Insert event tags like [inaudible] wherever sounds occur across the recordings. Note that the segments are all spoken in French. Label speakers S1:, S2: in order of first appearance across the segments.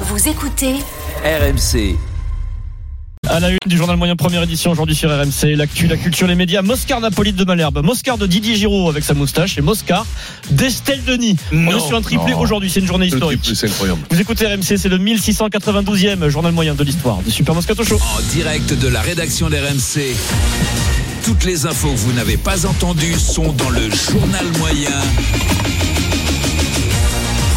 S1: Vous écoutez
S2: RMC.
S3: À la une du journal moyen première édition aujourd'hui sur RMC, l'actu, la culture, les médias, Moscar Napolite de Malherbe, Moscar de Didier Giraud avec sa moustache et Moscar d'Estelle Denis. On est sur un triplé
S4: Non.
S3: aujourd'hui, c'est une journée
S4: Le
S3: historique.
S4: triple, C'est incroyable.
S3: Vous écoutez RMC, c'est le 1692e journal moyen de l'histoire du Super Moscato Show.
S2: En direct de la rédaction d'RMC. Toutes les infos que vous n'avez pas entendues sont dans le journal moyen.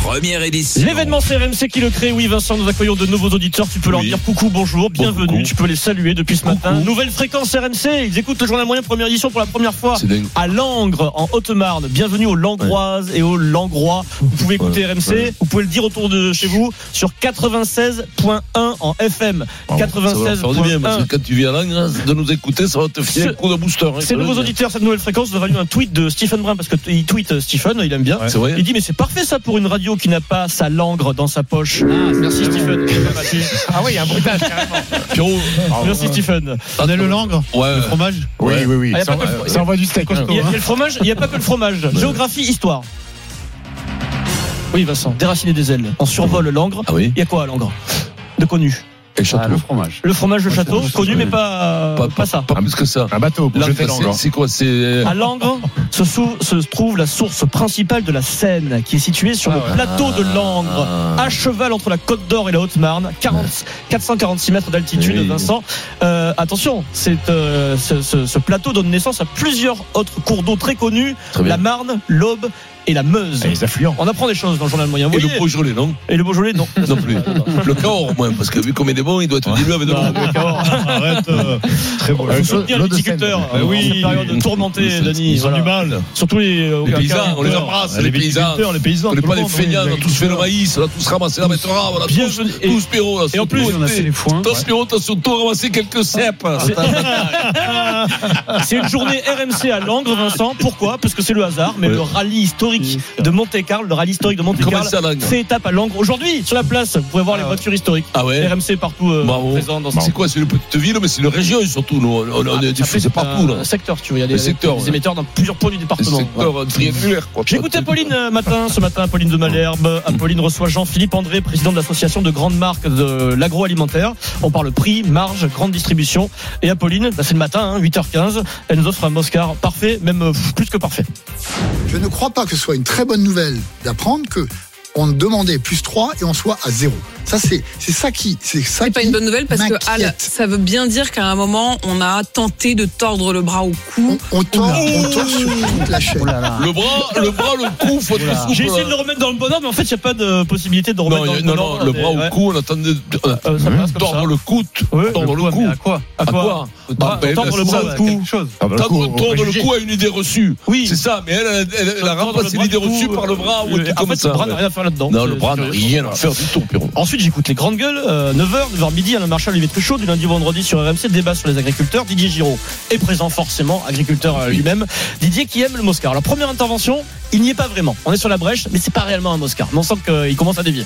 S2: Première édition.
S3: L'événement c'est RMC qui le crée, oui Vincent, nous accueillons de nouveaux auditeurs, tu peux leur
S4: Oui.
S3: dire coucou, bonjour, bienvenue,
S4: Coucou.
S3: tu peux les saluer depuis ce matin.
S4: Coucou.
S3: Nouvelle fréquence RMC, ils écoutent le journal moyen première édition pour la première fois.
S4: C'est dingue.
S3: à Langres en Haute-Marne. Bienvenue aux Langroises et aux Langrois. Vous pouvez écouter
S4: Ouais,
S3: RMC,
S4: ouais.
S3: vous pouvez le dire autour de chez vous sur 96.1 en FM.
S4: Ça va faire du bien,
S3: 96.1.
S4: parce que quand tu viens à Langres, de nous écouter, ça va te filer
S3: Ce-
S4: un coup de booster. hein,
S3: Ces
S4: quand
S3: nouveaux
S4: même.
S3: auditeurs, cette nouvelle fréquence nous a valu un tweet de Stephen Brun parce que t- il tweet euh, Stephen, il aime bien.
S4: C'est vrai hein
S3: Il dit mais c'est parfait ça pour une radio qui n'a pas sa langre dans sa poche. merci Stephen. Merci.
S5: Ah oui, il y a un bruitage.
S4: Pierrot,
S3: Merci Stephen.
S4: on est le
S5: langre,
S4: Ouais.
S5: fromage.
S4: Ouais.
S5: oui, oui.
S3: Ah, y a
S5: Ça
S3: pas que le
S5: envoie-
S3: fro-
S5: ça envoie du steak.
S6: Ah,
S3: Il
S6: hein.
S3: y a, il y a le fromage, il n'y a pas que le fromage. Géographie, histoire. Oui Vincent, déraciner des ailes. On survole Langres.
S4: Ah oui
S3: Il y a quoi à Langres De connu.
S4: Et château.
S5: fromage.
S3: Le fromage de château,
S4: fromage de
S3: connu
S4: château,
S3: mais
S4: oui.
S3: pas, pas, ça.
S4: Pas plus que ça.
S3: ah,
S5: Un bateau pour
S4: Langres,
S5: jeter
S4: c'est-
S5: l'angre.
S4: c'est euh, quoi C'est.
S3: À Langres se, sou- se trouve la source principale de la Seine, qui est située sur le plateau de Langres,
S4: Ah.
S3: à cheval entre la Côte d'Or et la Haute-Marne, 40 446 mètres d'altitude,
S4: Oui.
S3: Vincent. Euh, attention, c'est, euh, ce, ce- ce plateau donne naissance à plusieurs autres cours d'eau très connus,
S4: Très
S3: la
S4: bien.
S3: Marne, l'Aube et la Meuse.
S5: Et les affluents.
S3: On apprend des choses dans le journal moyen. Vous
S4: Et le
S3: voyez
S4: Beaujolais,
S3: [laughs]
S4: non
S3: et le Beaujolais, non.
S4: [laughs] Non plus. Le Cahors, au moins, parce que vu qu'on est des bons, il doit être dilué avec de
S3: Non,
S4: l'eau.
S6: [laughs]
S3: d'accord.
S6: Arrête, euh, très beau.
S4: Ah
S3: Il faut
S6: Ils
S3: soutenir les
S5: l'eau de Seine.
S3: viticulteurs
S6: Bah
S3: euh,
S6: oui.
S3: en cette période tourmentée, Denis.
S6: ont
S3: voilà.
S6: du mal.
S3: Surtout les,
S4: Les paysans, on les embrasse, les paysans.
S6: viticulteurs, les paysans.
S4: On n'est
S6: tout
S4: pas
S6: le
S4: les
S6: monde,
S4: feignants,
S6: oui,
S4: on a tous fait le maïs, on a tous ramassé la betterave, on a
S3: Bien
S4: tous,
S3: joli. Et-
S4: tous Pierrot, on a
S3: et en
S4: tous
S3: plus,
S4: goûté.
S5: On a fait les foins.
S4: Attention, Pierrot, attention, t'as ramassé quelques cèpes.
S3: C'est une journée RMC à Langres, Vincent. Pourquoi Parce que c'est le hasard, mais
S4: Ouais.
S3: le rallye historique de Monte-Carlo, le rallye historique de
S4: Comment
S3: Monte-Carlo
S4: ça, Langres
S3: fait étape à Langres. Aujourd'hui, sur la place, vous pouvez voir les voitures historiques.
S4: Ah ouais
S3: RMC partout euh,
S4: Bravo.
S3: présent dans
S4: Bah, C'est quoi C'est une petite ville, mais c'est une région surtout. Nous, on, on- on est
S3: Ah,
S4: du
S3: après,
S4: c'est partout.
S3: un
S4: Là.
S3: secteur, tu vois. Il y a des,
S4: Le secteur,
S3: des
S4: ouais.
S3: émetteurs dans plusieurs points du
S4: C'est
S3: département.
S4: un secteur euh, triangulaire. quoi.
S3: J'ai écouté Apolline euh, matin, ce matin, Apolline de Malherbe. Apolline reçoit Jean-Philippe André, président de l'association de grandes marques de l'agroalimentaire. On parle prix, marge, grande distribution. Et Apolline, bah, c'est le matin, hein, 8h15, elle nous offre un Moscar parfait, même euh, pff, plus que parfait.
S7: Je ne crois pas que ce soit une très bonne nouvelle d'apprendre que on demandait plus 3 et on soit à 0. Ça, c'est c'est ça qui. C'est ça
S8: C'est pas
S7: qui-
S8: une bonne nouvelle parce que Al,
S7: m'inquiète.
S8: ça veut bien dire qu'à un moment, on a tenté de tordre le bras au
S7: On,
S8: cou.
S7: on tord, on tord sur toute la chaîne.
S4: Le bras, le bras, le cou, faut être souple.
S3: J'ai essayé de le remettre dans le bonheur, mais en fait, il n'y a pas de possibilité de le
S4: non,
S3: remettre
S4: il y
S3: dans
S4: a-
S3: le
S4: non,
S3: bonheur.
S4: non, le
S3: mais,
S4: bras
S3: ouais.
S4: au cou, on a tendu. on a-
S3: Euh, ça passe comme
S4: Tordre
S3: ça.
S4: le cou, t-
S3: Ouais,
S4: tordre le
S3: quoi, mais
S4: cou.
S3: à quoi
S4: À quoi
S3: Bah,
S4: Ah, ben,
S3: tordre
S4: ben,
S3: le
S4: c'est
S3: bras
S4: ça,
S3: au
S4: quelque
S3: cou.
S5: chose. Ah, bah, le coup,
S4: Tordre tordre le
S5: préjugé.
S4: cou à une idée reçue.
S3: Oui.
S4: C'est ça, mais elle, elle, elle, elle a
S3: Tordre le
S4: remplacé
S3: bras
S4: l'idée
S3: du cou,
S4: reçue par le bras ou un
S3: euh,
S4: truc
S3: En
S4: comme
S3: fait, le
S4: ça.
S3: bras n'a rien à faire là-dedans.
S4: Non,
S3: C'est-
S4: le bras
S3: c'est-
S4: n'a rien à faire du tout, Pierrot.
S3: Ensuite, j'écoute les grandes gueules. euh, 9h, 9h midi, Alain Marchal, Olivier Truchot, du lundi au vendredi sur RMC, débat sur les agriculteurs. Didier Giraud est présent, forcément, agriculteur euh, lui-même. Didier qui aime le Moscar. La première intervention, il n'y est pas vraiment. On est sur la brèche, mais c'est pas réellement un Moscar. Mais on sent qu'il commence à dévier.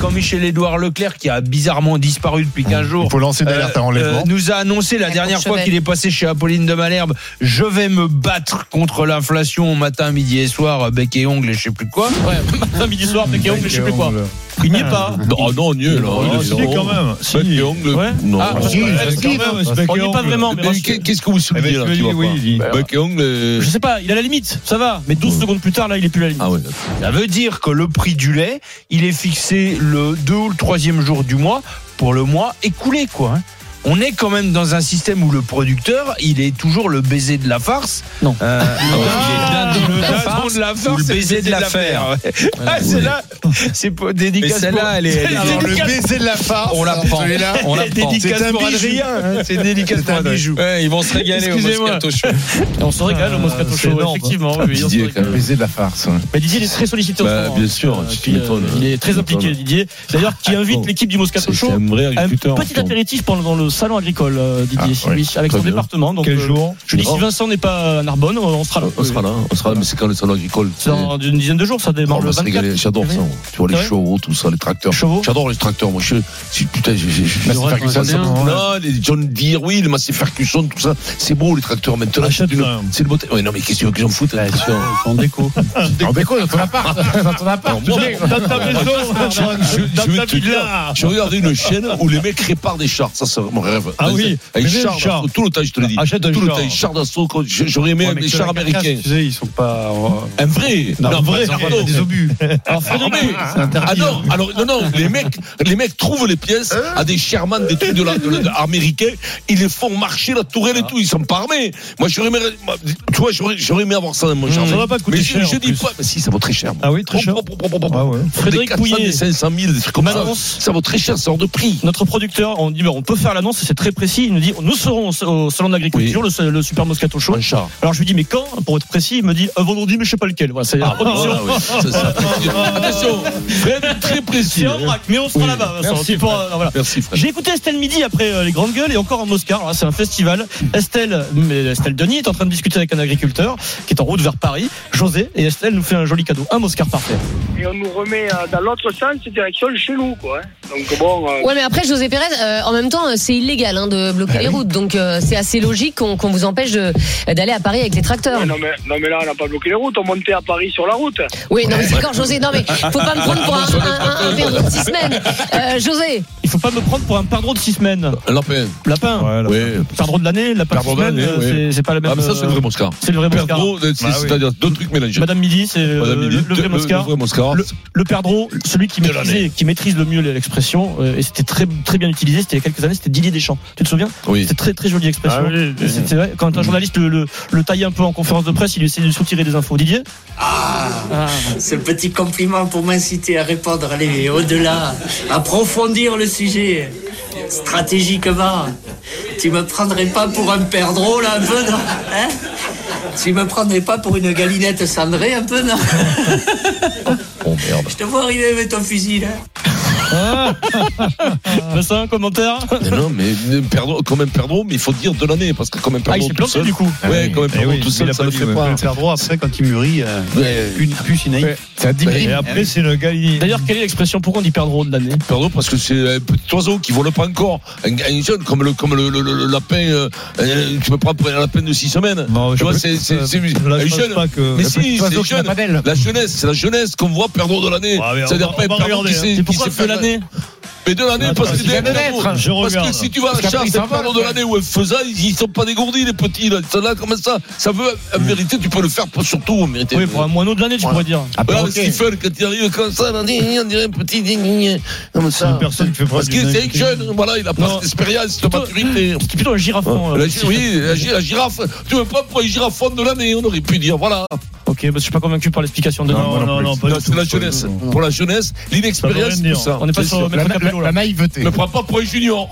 S9: quand Michel-Édouard Leclerc, qui a bizarrement disparu depuis 15
S4: Mmh.
S6: Il
S9: jours,
S6: faut lancer une
S9: euh,
S6: alerte à enlèvement.
S9: euh, nous a annoncé la
S8: Alerte
S9: dernière fois
S8: Chevel.
S9: qu'il est passé chez Apolline de Malherbe Je vais me battre contre l'inflation matin, midi et soir, bec et ongles et je sais plus quoi.
S3: Ouais, matin, midi, soir, bec
S4: Mmh,
S3: et ongles, je sais plus quoi. Il n'y est pas.
S4: [laughs] Oh non, nul. là.
S6: Ah, si, quand même.
S4: Bec
S6: Si.
S4: et ongles.
S3: Ouais.
S4: Non.
S9: Ah,
S6: Si,
S9: Ouais,
S6: si, quand même,
S3: On n'y est pas vraiment. Mais
S4: Mais qu'est- Qu'est-ce que vous soulignez
S6: Avec
S4: là
S6: le
S4: qui va
S6: lit, oui, il dit.
S4: pas Bec et ongles.
S3: je sais pas, il a la limite, ça va. Mais 12 secondes plus tard, là, il est plus à la limite.
S4: Ah ouais.
S9: Ça veut dire que le prix du lait, il est fixé le deux ou le troisième jour du mois pour le mois écoulé, quoi. hein. On est quand même dans un système où le producteur, il est toujours le baiser de la farce.
S3: Non.
S9: Euh, il est le
S3: Ah, le dindon
S9: dindon de la farce ou le baiser de l'affaire. Ah,
S4: Ouais.
S9: celle-là, c'est pas dédicace.
S4: Mais celle-là,
S9: pour-
S4: elle est- elle est-
S9: Alors,
S3: Alors,
S9: le
S3: dédicace-
S6: baiser de la farce.
S9: On la prend.
S6: Celui-là.
S9: On la prend.
S6: C'est un
S9: Dédicace pour
S6: bijou.
S9: Adrien. hein. C'est dédicace pour Adrien.
S4: Ouais, ils vont se régaler au
S9: Excusez-moi.
S4: Moscato Show.
S3: Et on se régale au Moscato
S6: c'est
S3: Show,
S6: énorme.
S3: effectivement. oui, on se
S4: Didier,
S3: régale.
S4: quand même.
S6: Baiser de la farce. ouais.
S3: Mais Didier il est très sollicité en
S4: Bah,
S3: ce moment.
S4: bien sûr,
S3: Euh,
S4: tu
S3: puis, euh,
S4: m'étonnes.
S3: Il est très
S4: Tu
S3: impliqué,
S4: m'étonnes.
S3: Didier. D'ailleurs, qui invite l'équipe du Moscato
S4: C'est
S3: Show
S4: un vrai
S3: un
S4: agriculteur.
S3: petit apéritif pendant le au salon agricole, euh, Didier,
S6: Ah, oui.
S3: oui, avec
S4: Très
S3: son
S4: bien.
S3: département. Donc,
S6: Quel
S3: euh,
S6: jour
S3: Je dis,
S4: Oh.
S3: si Vincent n'est pas à Narbonne, euh, on sera là.
S4: On sera là, on sera là, mais c'est quand le salon agricole
S3: C'est Dans une dizaine de jours, ça
S4: Oh,
S3: démarre
S4: on
S3: le
S4: va se
S3: 24.
S4: régaler, j'adore ça. moi. Tu vois
S3: C'est
S4: les
S3: vrai
S4: chevaux, tout ça, les tracteurs.
S3: Chevaux
S4: J'adore les tracteurs, moi. Je, si, putain, j'ai- j'ai- j'ai-
S6: Bah, c'est
S4: j'ai-
S6: Ferguson,
S4: j'ai-
S6: hein.
S4: Là, les John Deere, oui, le Massey Ferguson, tout ça. C'est beau, les tracteurs maintenant.
S6: Achète
S4: c'est une-
S6: un.
S4: C'est le beau. Ouais, non, mais qu'est-ce que tu veux que j'en foute là tu vois.
S3: En déco.
S4: [laughs]
S6: En déco, Ah, dans ton appart. [laughs] Dans ton appart.
S4: Alors, moi,
S6: Dans ta maison.
S4: je, je
S6: Dans
S4: vais
S6: ta
S4: te dire,
S6: villa.
S4: je regardais une chaîne où les mecs réparent des chars. Ça, c'est mon rêve.
S3: Ah
S4: Un-
S3: oui,
S4: un
S3: mais
S4: char
S3: le char.
S4: d'assaut. Tout le temps, je te le dis.
S3: Achète un
S4: Tout le
S3: char.
S4: temps, un char d'assaut. quand je- J'aurais aimé des chars américains.
S6: sais, ils sont pas.
S4: Un vrai.
S6: Non,
S4: pas
S6: vrai,
S4: un
S6: il y a des obus.
S3: Alors,
S4: Ah,
S3: Frédéric,
S4: mais- ah non,
S3: hein.
S4: alors non, non, les mecs, les mecs trouvent les pièces à des Sherman, des trucs de la, de la- de- américains, ils les font marcher la tourelle et
S3: Ah.
S4: tout, ils sont pas armés. Moi, j'aurais aimé, moi, tu vois, j'aurais, j'aurais aimé avoir ça dans mon jardin.
S3: ça va pas te coûter
S4: mais je-
S3: cher,
S4: Je,
S3: en
S4: dis
S3: plus.
S4: pas, mais si, ça vaut très cher. moi.
S3: Ah oui, très cher.
S4: Oh, oh, oh, oh, oh, oh.
S6: Ah ouais.
S3: Frédéric
S4: des 400,
S3: Pouillet.
S4: des 500 000, des trucs comme ça.
S3: Annonce.
S4: Ça vaut très cher, ça hors de prix.
S3: Notre producteur, on dit, ben, on peut faire l'annonce, c'est très précis. Il nous dit, nous serons au- au salon d'agriculture, le, le super Moscato Show.
S4: Un char.
S3: Alors je lui dis, mais quand Pour être précis, il me dit, un vendredi, mais je sais pas lequel. Voilà, c'est la production.
S4: Voilà, ouais. Ah, Ça, ça, Attention, Fred, très précis.
S3: [laughs] C'est en vrac, mais on sera
S4: Oui.
S3: là-bas. Vincent.
S4: Merci,
S3: Tu pourras- non, voilà.
S4: Merci, Fred.
S3: J'ai écouté Estelle Midi après euh, les grandes gueules et encore en Moscar. Alors là, c'est un festival. Estelle, mais Estelle Denis est en train de discuter avec un agriculteur qui est en route vers Paris. José et Estelle nous fait un joli cadeau, un Moscar parfait.
S1: et on nous remet euh, dans l'autre sens, direction chez nous, quoi. hein. Donc bon, euh, Ah
S5: Ouais, mais après, José Pérez, euh, en même temps, euh, c'est illégal hein, de bloquer les routes. Donc, euh, c'est assez logique qu'on qu'on vous empêche de- d'aller à Paris avec les tracteurs.
S1: ouais, non, mais, non mais là, on n'a pas bloqué les routes, on montait à Paris sur la route.
S5: Oui, non, mais d'accord, José. Non, mais faut pas me prendre pour un, un, un, un perdreau de six semaines. Euh, José,
S3: Il faut pas me prendre pour un perdreau de six semaines.
S4: Un lapin.
S3: Lapin.
S4: Ouais.
S3: Perdreau de l'année, lapin de six
S4: Perdreau de
S3: semaines,
S4: l'année,
S3: euh,
S4: oui.
S3: c'est- c'est pas le même.
S4: Ah, mais ça, c'est
S3: euh,
S4: le vrai Moscar.
S3: c'est le vrai Moscar.
S4: Perdreau, c'est-
S6: Bah oui.
S4: c'est-à-dire deux trucs mélangés.
S3: Madame Midi, c'est euh,
S4: Madame
S3: le,
S4: Midi,
S3: le vrai Moscar.
S4: vrai Moscar.
S3: Le, le perdreau, celui qui
S4: De
S3: maîtrisait,
S4: l'année.
S3: qui maîtrise le mieux l'expression, euh, et c'était très, très bien utilisé, c'était il y a quelques années, c'était Didier Deschamps. Tu te souviens
S4: Oui.
S3: C'était très très jolie expression.
S6: Ah oui, oui,
S3: Et
S6: oui.
S3: c'était vrai, quand un journaliste le, le, le taillait un peu en conférence de presse, il essayait de soutirer des infos. Didier
S10: Ce petit compliment pour m'inciter à répondre, aller au-delà, approfondir le sujet stratégiquement. Tu me prendrais pas pour un perdreau là un peu, non Hein Tu me prendrais pas pour une galinette cendrée un peu, non
S4: Oh merde.
S10: Je te vois arriver avec ton fusil là.
S6: Ah.
S3: Vincent, un commentaire
S4: Mais non, mais euh, perdreau- quand même perdreau, mais il faut dire de l'année, parce que quand même
S3: Ah, il s'est
S4: perdreau tout
S3: planté
S4: seul.
S3: du coup.
S4: Ouais, quand même
S6: Eh
S4: perdreau
S6: oui,
S4: tout
S6: il
S4: seul,
S6: a
S4: ça ne
S6: dit,
S4: fait
S6: ouais.
S4: pas.
S6: Le droit après, quand il mûrit, euh,
S4: Ouais.
S6: une puce, une aille.
S9: Ça
S6: Et après, c'est le
S3: [laughs]
S6: galinée.
S3: D'ailleurs, quelle est l'expression Pourquoi on dit perdreau de l'année
S4: Perdreau parce que c'est un petit oiseau qui vole pas encore. Un, un jeune comme le comme le, le- le- le lapin, euh, euh, tu peux prendre pour un lapin de six semaines.
S6: Non,
S4: tu
S6: je
S4: vois,
S6: peux-
S4: c'est c'est-
S6: euh,
S4: c'est-
S6: là,
S4: un
S6: je pense
S4: jeune.
S6: pas que-
S4: Mais
S6: le petit
S4: si,
S6: oiseau
S4: c'est
S6: qui n'a
S4: jeune.
S6: pas d'aile.
S4: La jeunesse, c'est la jeunesse qu'on voit perdreau de l'année.
S6: Ah, mais on
S4: C'est-à-dire
S6: va-
S4: pas
S6: on va
S4: un perdreau
S6: regarder,
S4: qui
S6: hein.
S4: s'est
S3: Et
S4: qui
S3: pourquoi
S4: s'est
S3: que de
S4: fait
S3: l'année
S4: Mais de l'année, parce que
S6: parce qu'il vient de naître. hein. Je
S4: Parce que
S6: regarde.
S4: si tu vas à
S6: Parce
S4: la chasse,
S6: qu'après, il
S4: c'est
S6: s'en va,
S4: perdreau de
S6: ouais.
S4: l'année ou un faisaille, ils sont pas dégourdis, les petits. Là, Ça, là comme ça, ça veut, en vérité, tu peux le faire pour- surtout en vérité.
S3: Oui, pour un moineau de l'année, tu pourrais dire.
S6: Ah, bah,
S3: Euh,
S4: Voilà, Stephen, quand il arrive comme ça, on dirait on dirait un petit digne. Comme ça.
S6: Une personne qui fait preuve
S4: Parce qu'il
S6: d'une
S4: c'est
S6: naïveté.
S4: jeune, voilà, il a pas
S3: Non.
S4: cette expérience, cette
S3: Plutôt-
S4: maturité.
S3: C'était plutôt un girafon. euh,
S4: La, gi- oui, la, gi- la girafe, tu veux pas pour les girafons de l'année, on aurait pu dire, voilà.
S3: Ok, bah, je suis pas convaincu par l'explication de
S6: Non,
S3: Didier.
S6: non, non, pas
S4: Non,
S6: du
S4: C'est
S6: tout.
S4: la jeunesse.
S6: Non.
S4: Pour la jeunesse,
S6: Ça veut rien
S4: l'inexpérience,
S6: dire.
S4: tout ça.
S3: On n'est pas sur le maître Capello, là.
S4: Ne
S6: naïveté.
S4: prends pas pour les juniors.